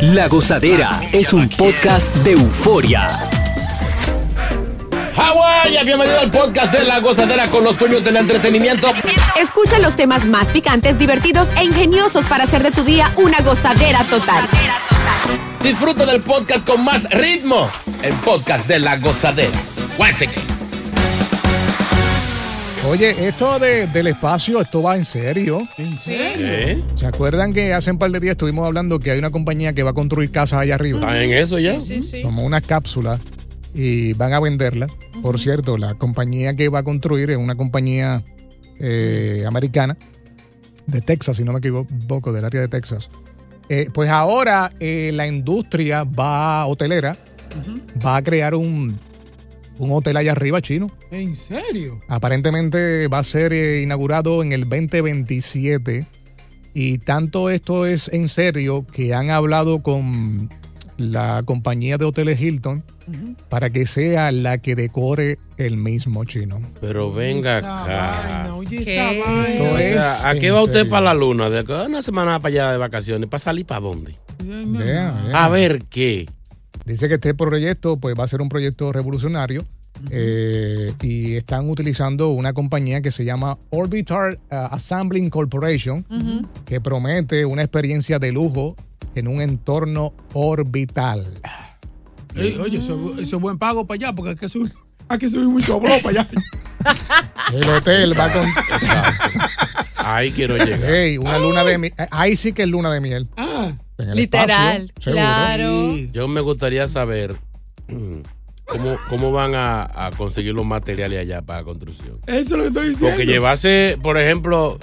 La Gozadera es un podcast de euforia. Hawái, bienvenido al podcast de La Gozadera con los dueños del entretenimiento. Escucha los temas más picantes, divertidos e ingeniosos para hacer de tu día una gozadera total. Disfruta del podcast con más ritmo. El podcast de La Gozadera. Guáchate. Oye, esto de- del espacio, esto va en serio. ¿Eh? ¿Se acuerdan que hace un par de días estuvimos hablando que hay una compañía que va a construir casas allá arriba? ¿Están en eso ya? Como unas cápsulas y van a venderlas. Por cierto, la compañía que va a construir es una compañía eh, americana de Texas, si no me equivoco, del área de Texas. Eh, pues ahora eh, la industria va hotelera, va a crear un, un hotel allá arriba chino. ¿En serio? Aparentemente va a ser eh, inaugurado en el 2027 y tanto esto es en serio que han hablado con la compañía de hoteles Hilton para que sea la que decore el mismo chino. Pero venga Esa acá. vaina, oye, ¿Qué? esa vaina. Esto O sea, es ¿A qué en va usted serio. para la luna? De acá una semana para allá de vacaciones. ¿Para salir para dónde? Yeah, yeah. A ver qué. Dice que este proyecto pues, va a ser un proyecto revolucionario eh, y están utilizando una compañía que se llama Orbital eh, Assembling Corporation que promete una experiencia de lujo en un entorno orbital. Ey, Eh, oye, eso, eso es buen pago para allá, porque hay que subir, hay que subir mucho bro para allá. Ah. El hotel va con... Exacto. Ahí quiero llegar. Ey, una luna de miel. Ahí sí que es luna de miel. Ah, En el Literal, espacio, seguro. claro. sí. Yo me gustaría saber mm, cómo, cómo van a, a conseguir los materiales allá para la construcción. Eso es lo que estoy diciendo. Porque llevase, por ejemplo,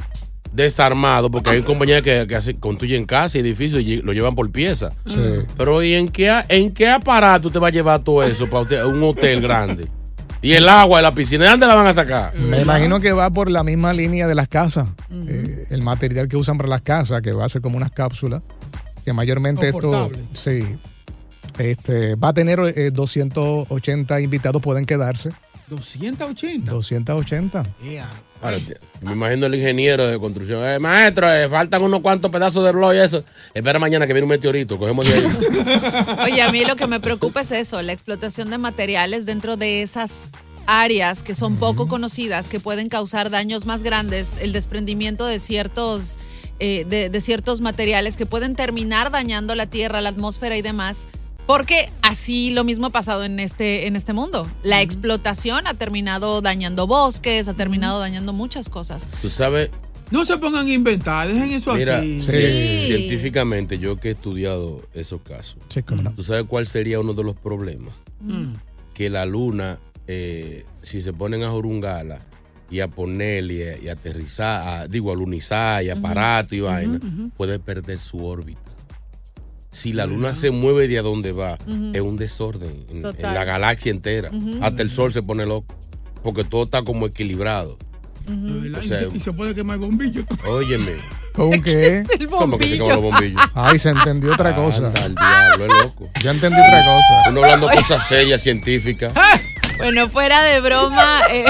desarmado, porque hay compañías que, que hacen- construyen casas, edificios y lle- lo llevan por pieza. Sí. Pero ¿y en qué, a- en qué aparato te va a llevar todo eso para usted- un hotel grande? Y el agua y la piscina, ¿de dónde la van a sacar? Me imagino que va por la misma línea de las casas. Eh, el material que usan para las casas, que va a ser como unas cápsulas, que mayormente esto... Confortable. Sí. Este, va a tener eh, 280 invitados, pueden quedarse. 280. 280. Yeah. Ahora, te- me imagino el ingeniero de construcción. "Eh, maestro, eh, faltan unos cuantos pedazos de blog y eso. Espera mañana que viene un meteorito, cogemos de ahí. Oye, a mí lo que me preocupa es eso, la explotación de materiales dentro de esas áreas que son poco conocidas, que pueden causar daños más grandes, el desprendimiento de ciertos, eh, de, de ciertos materiales que pueden terminar dañando la tierra, la atmósfera y demás. Porque así lo mismo ha pasado en este, en este mundo. La explotación ha terminado dañando bosques, ha terminado dañando muchas cosas. Tú sabes, No se pongan a inventar, dejen eso mira, así. Mm. Sí. cien- científicamente yo que he estudiado esos casos. Sí, cómo no. ¿Tú sabes cuál sería uno de los problemas? Mm. Que la luna, eh, si se ponen a jorungarla y a ponerle y a, y a aterrizar, a- digo, a lunizar y aparato y vaina, puede perder su órbita. Si la luna se mueve de a donde va, es un desorden en, en Total. la galaxia entera. Hasta el sol se pone loco, porque todo está como equilibrado. De verdad, O y sea, se- y, se puede quemar bombillo. Óyeme, ¿Con qué? El ¿cómo que se bombillo. queman los bombillos? Ay, se entendió Ah, otra cosa. Anda, el diablo, es loco. Yo entendí otra cosa. Uno hablando cosas serias, científicas. Bueno, fuera de broma, eh,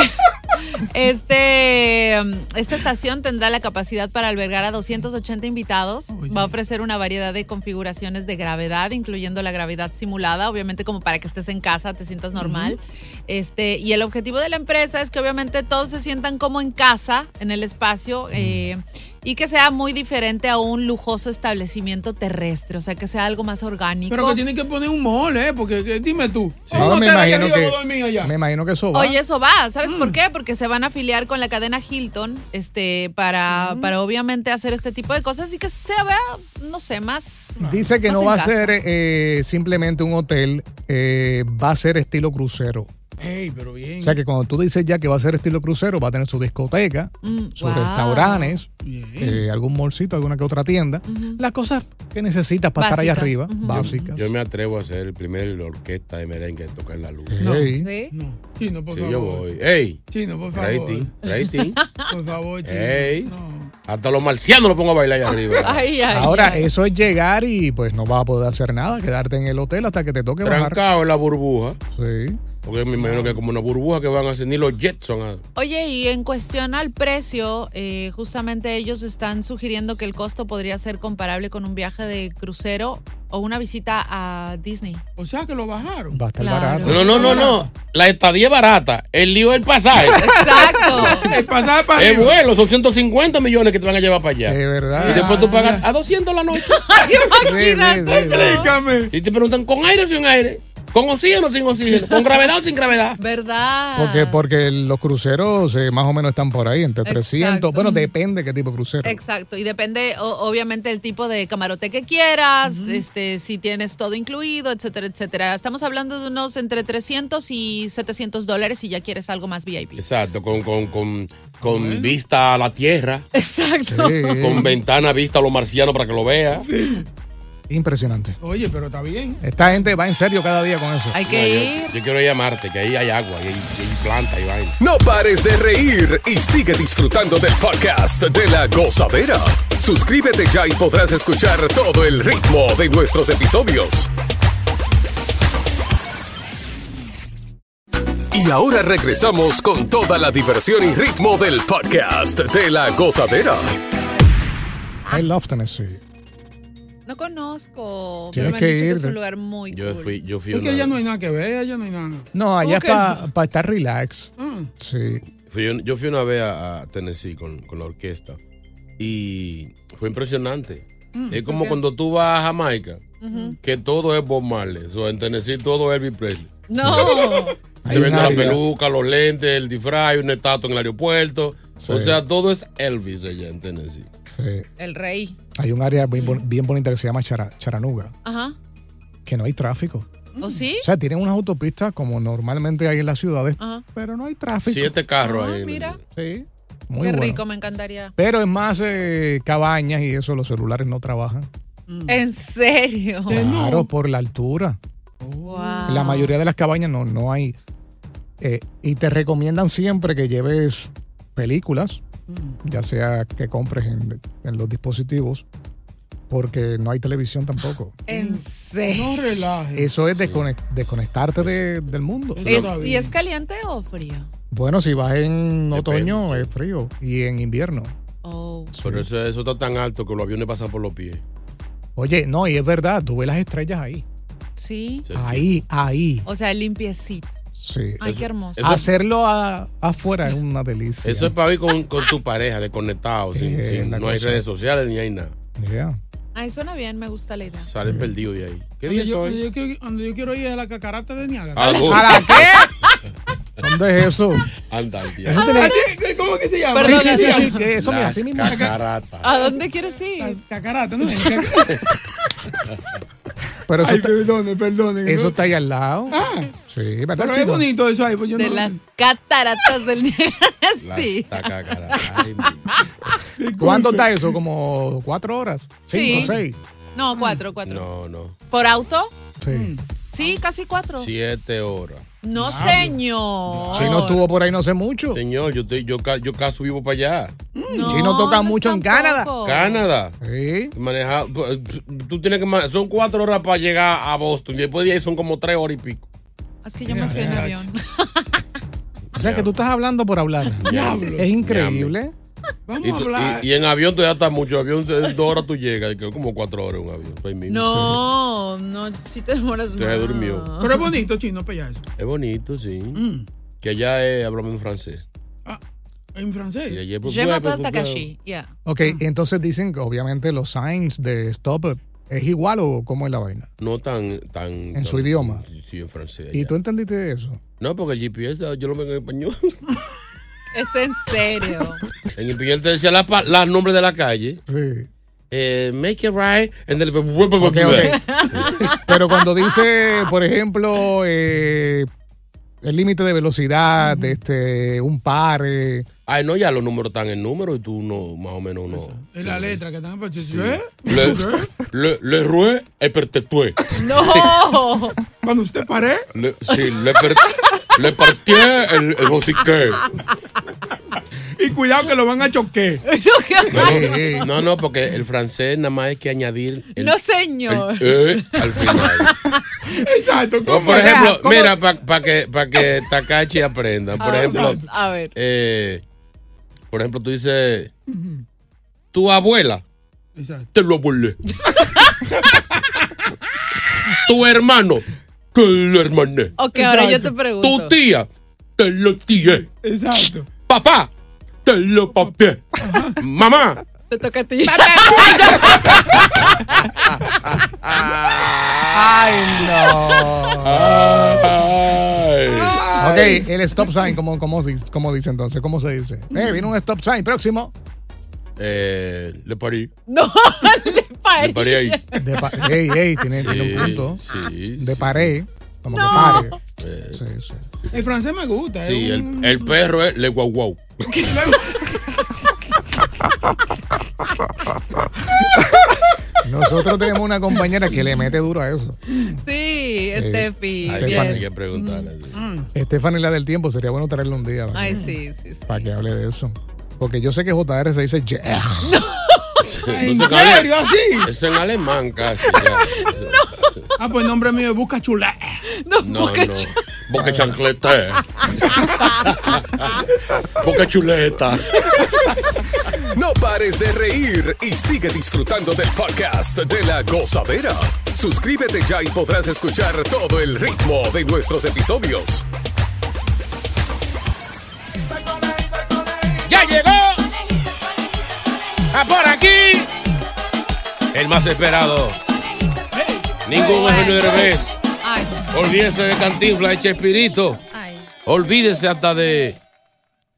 este, mm, esta estación tendrá la capacidad para albergar a 280 invitados. Oye. Va a ofrecer una variedad de configuraciones de gravedad, incluyendo la gravedad simulada, obviamente como para que estés en casa, te sientas normal. Este, y el objetivo de la empresa es que obviamente todos se sientan como en casa, en el espacio. eh, y que sea muy diferente a un lujoso establecimiento terrestre, o sea, que sea algo más orgánico. Pero que tienen que poner un mall, ¿eh? Porque que- dime tú. un Ahora me hotel allá imagino arriba va a dormir que. allá. Me imagino que eso va. Mm. Oye, eso va, ¿sabes por qué? Porque se van a afiliar con la cadena Hilton, este, Mm. para, para obviamente hacer este tipo de cosas y que se vea, no sé, más. Dice que Más no en va a casa. ser eh, simplemente un hotel, eh, va a ser estilo crucero. Ey, pero bien. O sea que cuando tú dices ya que va a ser estilo crucero, va a tener su discoteca, Mm, sus wow. restaurantes, Bien. eh, algún morcito, alguna que otra tienda. Ujú. Las cosas que necesitas para estar allá Básicas, arriba, ujú. básicas. Yo me atrevo a ser el primer en la orquesta de merengue de tocar la luz. No. Ey, Sí. No. Chino, por Sí, favor. yo voy. ¡Ey! Chino, por favor. Rating, rating. Por favor, chino. Ey. No. Hasta los marcianos lo pongo a bailar allá arriba. Ay, ay, Ahora, ay. eso es llegar y pues no vas a poder hacer nada, quedarte en el hotel hasta que te toque bajar. Trancado en la burbuja. Sí. Porque me imagino que es como una burbuja que van a hacer ni los Jetson. ah. Oye, y en cuestión al precio, eh, justamente ellos están sugiriendo que el costo podría ser comparable con un viaje de crucero o una visita a Disney. O sea que lo bajaron. Va a estar Claro. barato. No, no, no, no. La estadía es barata. El lío es el pasaje. Exacto. El pasaje para el arriba. vuelo son 150 millones que te van a llevar para allá. Es verdad. Y después tú pagas a 200 la noche. Sí, sí, sí. Explícame. Y te preguntan, ¿con aire o sin aire? ¿Con oxígeno o sin oxígeno? ¿Con gravedad o sin gravedad? ¿Verdad? Porque, porque los cruceros eh, más o menos están por ahí, entre 300. Exacto. Bueno, depende qué tipo de crucero. Exacto, y depende o- obviamente el tipo de camarote que quieras, este si tienes todo incluido, etcétera, etcétera. Estamos hablando de unos entre 300 y 700 dólares si ya quieres algo más VIP. Exacto, con, con, con, con vista a la tierra, Exacto. Sí, con ventana vista a los marcianos para que lo vea. Impresionante. Oye, pero está bien. Esta gente va en serio cada día con eso. Hay No, que ir. yo, yo quiero llamarte, que ahí hay agua, y hay, y hay planta y vaina. No pares de reír y sigue disfrutando del podcast de la gozadera. Suscríbete ya y podrás escuchar todo el ritmo de nuestros episodios. Y ahora regresamos con toda la diversión y ritmo del podcast de la gozadera. Ah. I love Tennessee. No conozco. Tienes pero me han que dicho ir. es un lugar muy Yo cool. fui, yo fui, Porque una, allá no hay nada que ver, allá no hay nada. No, allá Ok. Mm. es para estar relax. Ah, Sí. fui un- yo fui una vez a, a Tennessee con, con la orquesta y fue impresionante. es como cuando tú vas a Jamaica, que todo es Bob Marley. O sea, en Tennessee todo es Elvis Presley. No. Te Hay un venden la área. peluca, los lentes, el disfraz, una estatua en el aeropuerto. O Sí. sea, todo es Elvis allá en Tennessee. Sí. El rey. Hay un área bien, bon- bien bonita que se llama Chara- Charanuga, Ajá. que no hay tráfico. ¿O sí? O sea, tienen unas autopistas como normalmente hay en las ciudades, Ajá. pero no hay tráfico. Siete carros Ah, ahí. mira. Sí, muy Qué bueno. rico, me encantaría. Pero es más eh, cabañas y eso, los celulares no trabajan. En serio. Claro, por la altura. Oh. Wow. La mayoría de las cabañas no, no hay. Eh, y te recomiendan siempre que lleves películas, ya sea que compres en, en los dispositivos, porque no hay televisión tampoco. En serio. No relajes. Eso es descone- desconectamente de- del mundo. Sí. Es- Está bien. ¿Y es caliente o frío? Bueno, si vas en Depende, otoño sí. es frío y en invierno. Oh. Pero eso, eso está tan alto que los aviones pasan por los pies. Oye, no, y es verdad, tú ves las estrellas ahí. Sí. Se- Ahí, ahí. O sea, limpiecito. Sí. Ay, Eso- qué hermoso. eso- Hacerlo a- afuera es una delicia. Eso es para ir con, con tu pareja, desconectado. sin- Eh, sin- la no hay cosa. redes sociales ni hay nada. Yeah. Ay, suena bien, me gusta la idea. Mm. Sales perdido de ahí. ¿Qué Donde día es yo, hoy? donde yo quiero, donde yo quiero ir es a la cacarata de Niágara. Ah, no. ¿A la qué? ¿Dónde es eso? Anda, el Eso día. tiene- Ah, ¿Cómo que se llama? Sí, Perdón, sí, sí, sí, Adrián. que eso mira, Las así mismo. cacaratas. Ah, ¿A dónde quieres La ir? cacarata, ¿no? Cacarata. Pero eso, Ay, está, perdone, perdone. eso ¿no? está ahí al lado. Ah, Sí, ¿verdad? pero es chino? bonito eso ahí, pues yo De no. las cataratas del Niágara. Las Sí. cacaratas. Ay, mi- ¿Cuánto está eso? ¿Como cuatro horas? ¿Cinco, Sí. seis? No, cuatro, cuatro. No, no. ¿Por auto? Mm. Sí. Sí, casi cuatro. Siete horas. No, señor. Chino estuvo por ahí no sé mucho. Señor, yo, estoy, yo, ca- yo caso vivo para allá. No, Chino toca no mucho es en tampoco. Canadá. Sí. Manejar. Tú tienes que. ma- Son cuatro horas para llegar a Boston. Y después de ahí son como tres horas y pico. Es que yo me fui en avión. O sea que tú estás hablando por hablar. Diablo. Es increíble. Vamos Y, a tú- hablar. y- y en avión te gastas mucho. Avión, de- dos horas tú llegas. y que Como cuatro horas en un avión. ahí mismo. No, no, si te demoras más. Se durmió. Pero es bonito, chino, para allá eso. Es bonito, sí. Mm. Que allá es, hablamos en francés. Ah, en francés. Sí, allá es- pues, Je m'appelle Takashi. Yeah. Ok, entonces dicen que obviamente los signs de stop es igual o cómo es la vaina. No tan, tan. En su idioma. Sí, en francés. ¿Y allá. tú entendiste eso? No, porque el GPS yo lo vengo en español. Es en serio. en español te decía la, pa- la nombre de la calle. Sí. eh, make it right. And then. Ok, ok. Pero cuando dice, por ejemplo, eh, el límite de velocidad, este, un par, eh, Ay, no, ya los números están en número y tú no, más o menos no. Es la letra que están en francés. ¿Eh? Le, le, le rue et pertetué. ¡No! Cuando usted pare, Le, sí, le, per- le partié el, el hociqué. y cuidado que lo van a choquear. No, eh, eh, no, no, porque el francés nada más es que añadir el, no, señor. el E al eh, final. Exacto. O, ¿cómo? por O sea, ejemplo, ¿cómo? mira, para que, pa que Takachi aprenda. Por Ah, ejemplo, A ver. eh, por ejemplo, tú dices, tu abuela, Exacto. te lo abuelé. tu hermano, que lo hermané. Ok, ahora yo Exacto. te pregunto. Tu tía, te lo tíe. Exacto. Papá, te lo papié. Mamá, Te toca a ti. ¡Ay, no! ay, Ok, el stop sign, ¿cómo, cómo, se- cómo dice entonces? ¿Cómo se dice? Eh, viene un stop sign, próximo. eh, le parí, No, le le parí paré. ahí. De pa- ey, ey, tiene, tiene un punto. sí, De sí. paré, como que pare. Sí, sí. El francés me gusta. es Sí, el, un- el perro es le guau guau. Nosotros tenemos una compañera que le mete duro a eso. Sí, Steffi. Hay que, hay Estefan. bien. que preguntarle. sí. Estefany, la del tiempo, sería bueno traerle un día. Ay, sí, sí, sí. Para que hable de eso. Porque yo sé que JR se dice yeah. ¿En No se sabía. serio? ¿Ah, ¿Así? Eso en alemán casi. ya. Eso- eso- Ah, pues el nombre mío es Busca Chula. No, No, porque no. Boca chanclete. Boca chuleta. No pares de reír y sigue disfrutando del podcast de la gozadera. Suscríbete ya y podrás escuchar todo el ritmo de nuestros episodios. ¡Ya llegó! ¡A por aquí! El más esperado. Ningún es el revés. pues, Ay, Olvídese de Cantinflas, de Chespirito. ay. Olvídese hasta de.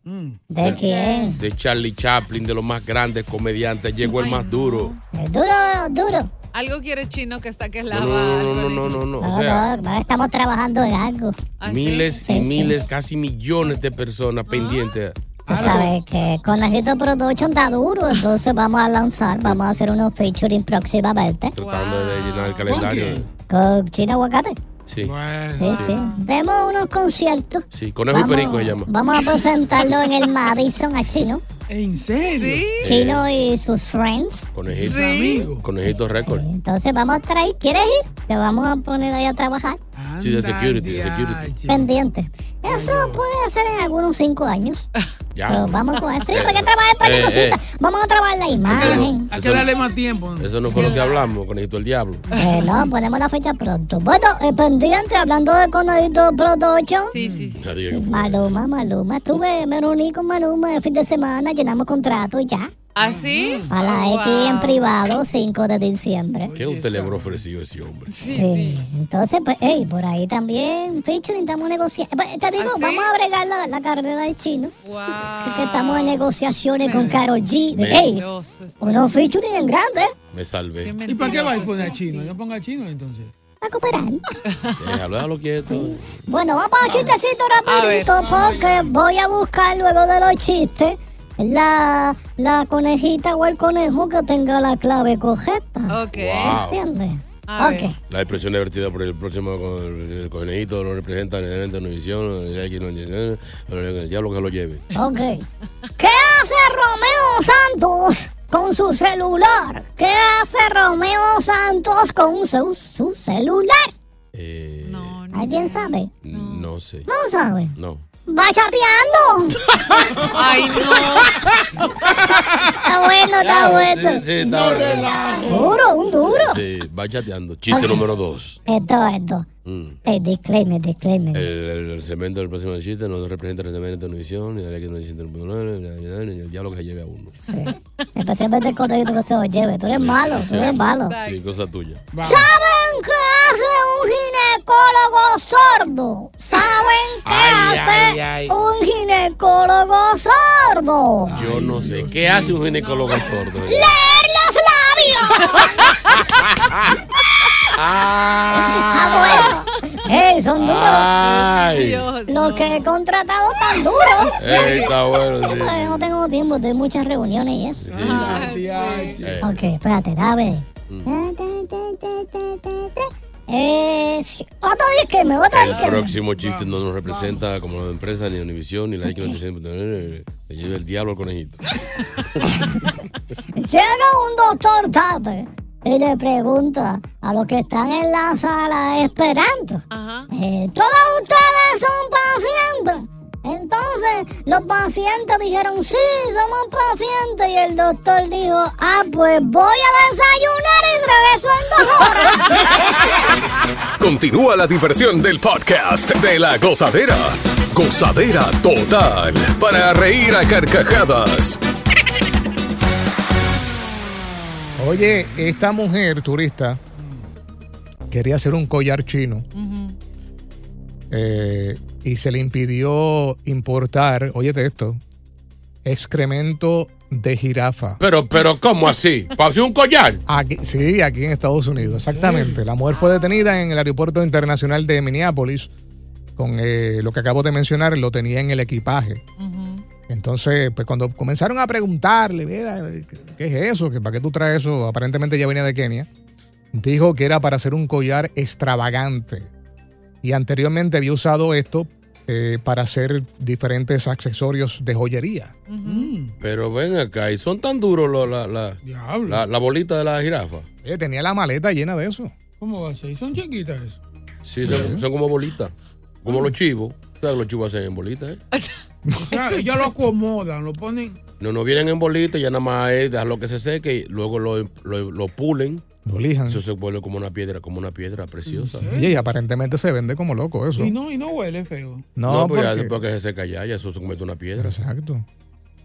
¿De quién? De Charlie Chaplin, de los más grandes comediantes. Llegó el más duro. Duro, duro. Algo quiere chino que está que es No, lava. no, no, no, algo no, no, no. O No, sea, no, no, estamos trabajando en algo. ¿Ah, sí? Ah, miles y Sí, sí. miles, casi millones de personas pendientes. Tú sabes que con Necesito Production está duro, entonces vamos a lanzar, vamos a hacer unos featuring próximamente Tratando de llenar el ¿Con calendario. con Chino Aguacate. Sí, Sí, Bueno. sí. Demos unos conciertos. sí, conejo y Ah. perico se llama. vamos a presentarlo en el Madison a Chino. ¿En serio? Sí, Chino y sus friends. Conejito, sí. Amigo. conejito récord. Entonces vamos a traer, ¿quieres ir? Te vamos a poner ahí a trabajar. Sí, de Anda, security, de security. diache. Pendiente. Eso puede ser en algunos cinco años. Ya. Pero vamos con eso. Sí, porque trabajar para Eh, cositas. Vamos a trabajar la imagen. Hay Eso que no- darle más tiempo. Eso no fue lo que hablamos, conejito el diablo. Eh, no, ponemos la fecha pronto. Bueno, eh, pendiente, hablando de Conadito Production. Sí, sí, sí. Nadie que fue. Maluma, Maluma, estuve, me reuní con Maluma el fin de semana, llenamos contrato y ya. ¿Ah, sí? Para la Wow. X en privado, 5 de diciembre. ¿Qué usted le habrá ofrecido a ese hombre? Sí, Sí, sí. entonces, pues, hey, por ahí también, featuring, estamos negociando. Pues, te digo, ¿Ah, sí? vamos a bregar la, la carrera del chino. Así que estamos en Wow. negociaciones con Karol G. Me- Ey, Dios, está- unos featuring en grande, Me salvé. qué Eh, ¿Y para qué va a mentiroso poner a está. chino? Yo ponga a chino entonces. a cooperar. Déjalo, déjalo quieto. Bueno, vamos a chistecito A ver. rapidito porque voy a buscar luego de los chistes la, la conejita o el conejo que tenga la clave correcta. Ok. Wow. ¿Entiendes? Ah. A ver. Ok. La expresión divertida por el próximo con- el conejito no representa ni en televisión, ni aquí, no, ni- eh, el diablo que lo lleve. Ok. ¿Qué hace Romeo Santos con su celular? ¿Qué hace Romeo Santos con su, su celular? Eh, No, no. ¿Alguien sabe? no sé. No sabe. No. Va chateando. Ay, no. Está bueno, Sí, está bueno. sí, está bueno. Duro, un duro. Sí, va chateando. Chiste número dos. Esto, esto. Mm. Eh, disclaimer, disclaimer. El, el- el segmento del próximo chiste no representa el segmento de televisión, ni el que no existe en el mundo, ni el- ni el diablo que se lleve a uno. Sí. Especialmente el contenido que se lo lleve. Tú eres malo, tú eres malo. Sí, cosa tuya. Vamos. ¿Saben qué hace un ginecólogo sordo? ¿Saben qué Ay, hace ay, ay. un ginecólogo sordo? Yo no sé. ¿Qué hace un ginecólogo sordo? ¡Leer los labios! ¡Ah, bueno! ¡Ey, son duros! ¡Ay! Dios. Los que he contratado tan duros. Ey, está bueno, sí. Ay, No tengo tiempo, tengo muchas reuniones y eso. Sí, sí. Ah, Diache. Eh, Ok, espérate, a ver. Eh, sí, otro disqueme, otro El disqueme. próximo chiste no nos representa como la empresa, ni Univision, ni la X Se lleva el diablo al conejito. Llega un doctor tarde y le pregunta a los que están en la sala esperando. Ajá. Eh, Todos ustedes son pacientes. Entonces los pacientes dijeron, sí, somos pacientes. Y el doctor dijo, ah, pues voy a desayunar y regreso en dos horas. Continúa la diversión del podcast de la gozadera. Gozadera total. Para reír a carcajadas. Oye, esta mujer turista quería hacer un collar chino Eh, y se le impidió importar, óyete esto, excremento de jirafa. Pero, pero, ¿cómo así? ¿Para hacer un collar? Aquí- sí, aquí en Estados Unidos, exactamente. La mujer fue detenida en el aeropuerto internacional de Minneapolis con eh, lo que acabo de mencionar, lo tenía en el equipaje. Entonces, pues cuando comenzaron a preguntarle, mira, ¿qué es eso? ¿Que ¿Para qué tú traes eso? Aparentemente ya venía de Kenia. Dijo que era para hacer un collar extravagante. Y anteriormente había usado esto eh, para hacer diferentes accesorios de joyería. Pero ven acá, y son tan duros los- la, la, Mm, Diablo. la- la bolita de la jirafa. Oye, Eh, tenía la maleta llena de eso. ¿Cómo va a ser? Son chiquitas eso. Sí, Son, son como bolitas. Como los chivos. ¿Sabes que los chivos hacen en bolitas? eh? O sea, ellos lo acomodan, lo ponen. No, no vienen en bolitas, ya nada más es dejarlo que se seque y luego lo, lo, lo pulen. Lo lijan. Eso se vuelve como una piedra, como una piedra preciosa. Oye, y aparentemente se vende como loco eso. Y no, y no huele feo. No, No, pues ya porque- después que se seca ya, ya eso se convierte en una piedra. Exacto.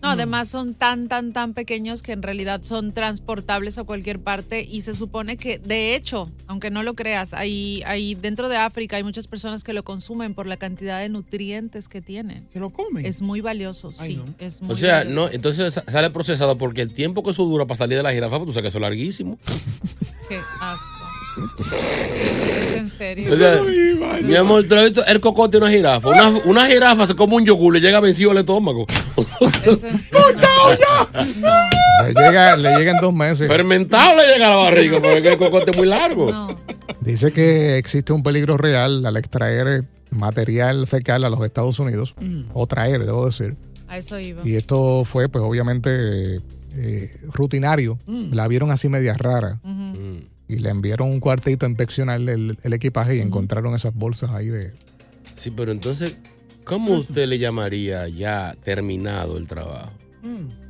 No, además son tan, tan, tan pequeños que en realidad son transportables a cualquier parte y se supone que, de hecho, aunque no lo creas, ahí, ahí dentro de África hay muchas personas que lo consumen por la cantidad de nutrientes que tienen. Se lo comen. Es muy valioso, Ay, sí. no. es muy O sea, valioso. no, entonces sa- sale procesado porque el tiempo que eso dura para salir de la jirafa, pues, tú sabes que eso es larguísimo. Qué asco. Es en serio. O sea, mi amor, tú has visto el cocote de una jirafa. Una, una jirafa se come un yogur y llega vencido al estómago. Es en- Le llega, le llega en dos meses. Fermentado le llega a la barriga porque el cocote es muy largo. no. Dice que existe un peligro real al extraer material fecal a los Estados Unidos, Mm. o traer, debo decir. A eso iba. Y esto fue, pues obviamente, eh, eh, rutinario. Mm. La vieron así media rara Mm. y le enviaron un cuartito a inspeccionar el, el equipaje y encontraron esas bolsas ahí de... Sí, pero entonces, ¿cómo usted le llamaría ya terminado el trabajo? Mm.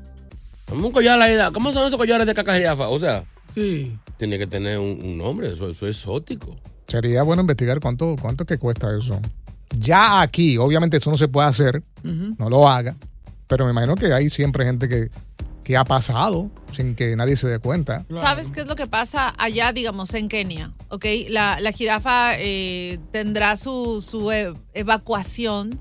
Como un collar a la edad. ¿Cómo son esos collares de caca jirafa? O sea, Sí. tiene que tener un, un nombre, eso, eso es exótico. Sería bueno investigar cuánto, cuánto que cuesta eso. Ya aquí, obviamente eso no se puede hacer, Ujú. no lo haga, pero me imagino que hay siempre gente que, que ha pasado sin que nadie se dé cuenta. Claro. ¿Sabes qué es lo que pasa allá, digamos, en Kenia? ¿Ok? La, la jirafa eh, tendrá su, su e- evacuación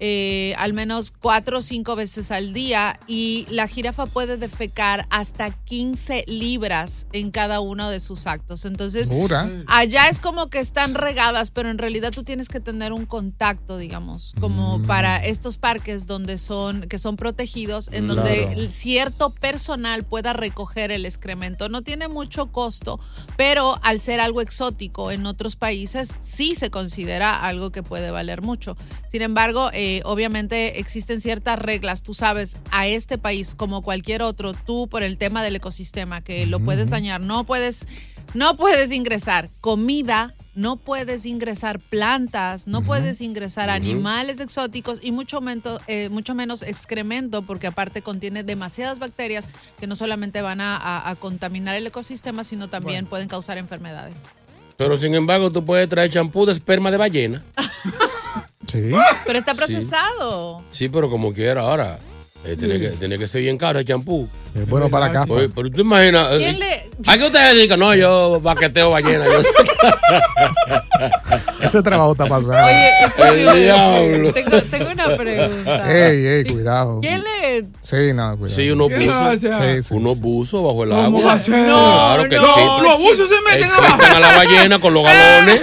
eh, al menos cuatro o cinco veces al día y la jirafa puede defecar hasta 15 libras en cada uno de sus actos. Entonces, mm. Dura. Allá es como que están regadas, pero en realidad tú tienes que tener un contacto, digamos, como para estos parques donde son, que son protegidos, en donde Claro. el cierto personal pueda recoger el excremento. No tiene mucho costo, pero al ser algo exótico en otros países, sí se considera algo que puede valer mucho. Sin embargo, eh, obviamente existen ciertas reglas. Tú sabes, a este país, como cualquier otro, tú por el tema del ecosistema, que lo puedes dañar, no puedes, no puedes ingresar comida, no puedes ingresar plantas, no puedes ingresar animales exóticos y mucho, mento- eh, mucho menos excremento, porque aparte contiene demasiadas bacterias que no solamente van a, a- a contaminar el ecosistema, sino también pueden causar enfermedades. Pero sin embargo, tú puedes traer champú de esperma de ballena. Sí. Pero está Sí. procesado. Sí, pero como quiera, ahora. eh, Mm. tiene, que, tiene que ser bien caro el champú. Es bueno para acá. Oye, pero tú imaginas. eh, ¿Quién le- ¿A qué usted se dedica? No, yo baqueteo ballena. Yo Ese trabajo está pasando. Oye, El te iba a decir, diablo. Tengo, tengo una pregunta. ey, ey, cuidado. ¿Quién le.? Sí, no, cuidado. sí, uno ¿Qué le puso. hace a- Sí, sí. Uno puso bajo el ¿Cómo va a agua. ser? Claro que no, Ah, sí. Los abusos se meten abajo. Existen a la ballena con los galones.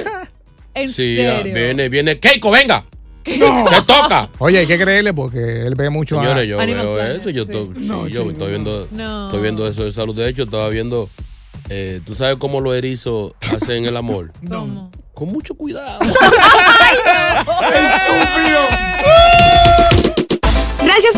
¿En Sí, ah, serio? viene, viene. Keiko, venga. Te toca. Oye, hay que creerle porque él ve mucho a- Señores, yo Animal veo Planet, eso. Yo, sí. to- sí, No, yo chico, estoy viendo, no. estoy viendo eso de salud. De hecho, estaba viendo. eh, ¿Tú sabes cómo los erizos hacen el amor? ¿Cómo? Con mucho cuidado. Estúpido. Gracias Gracias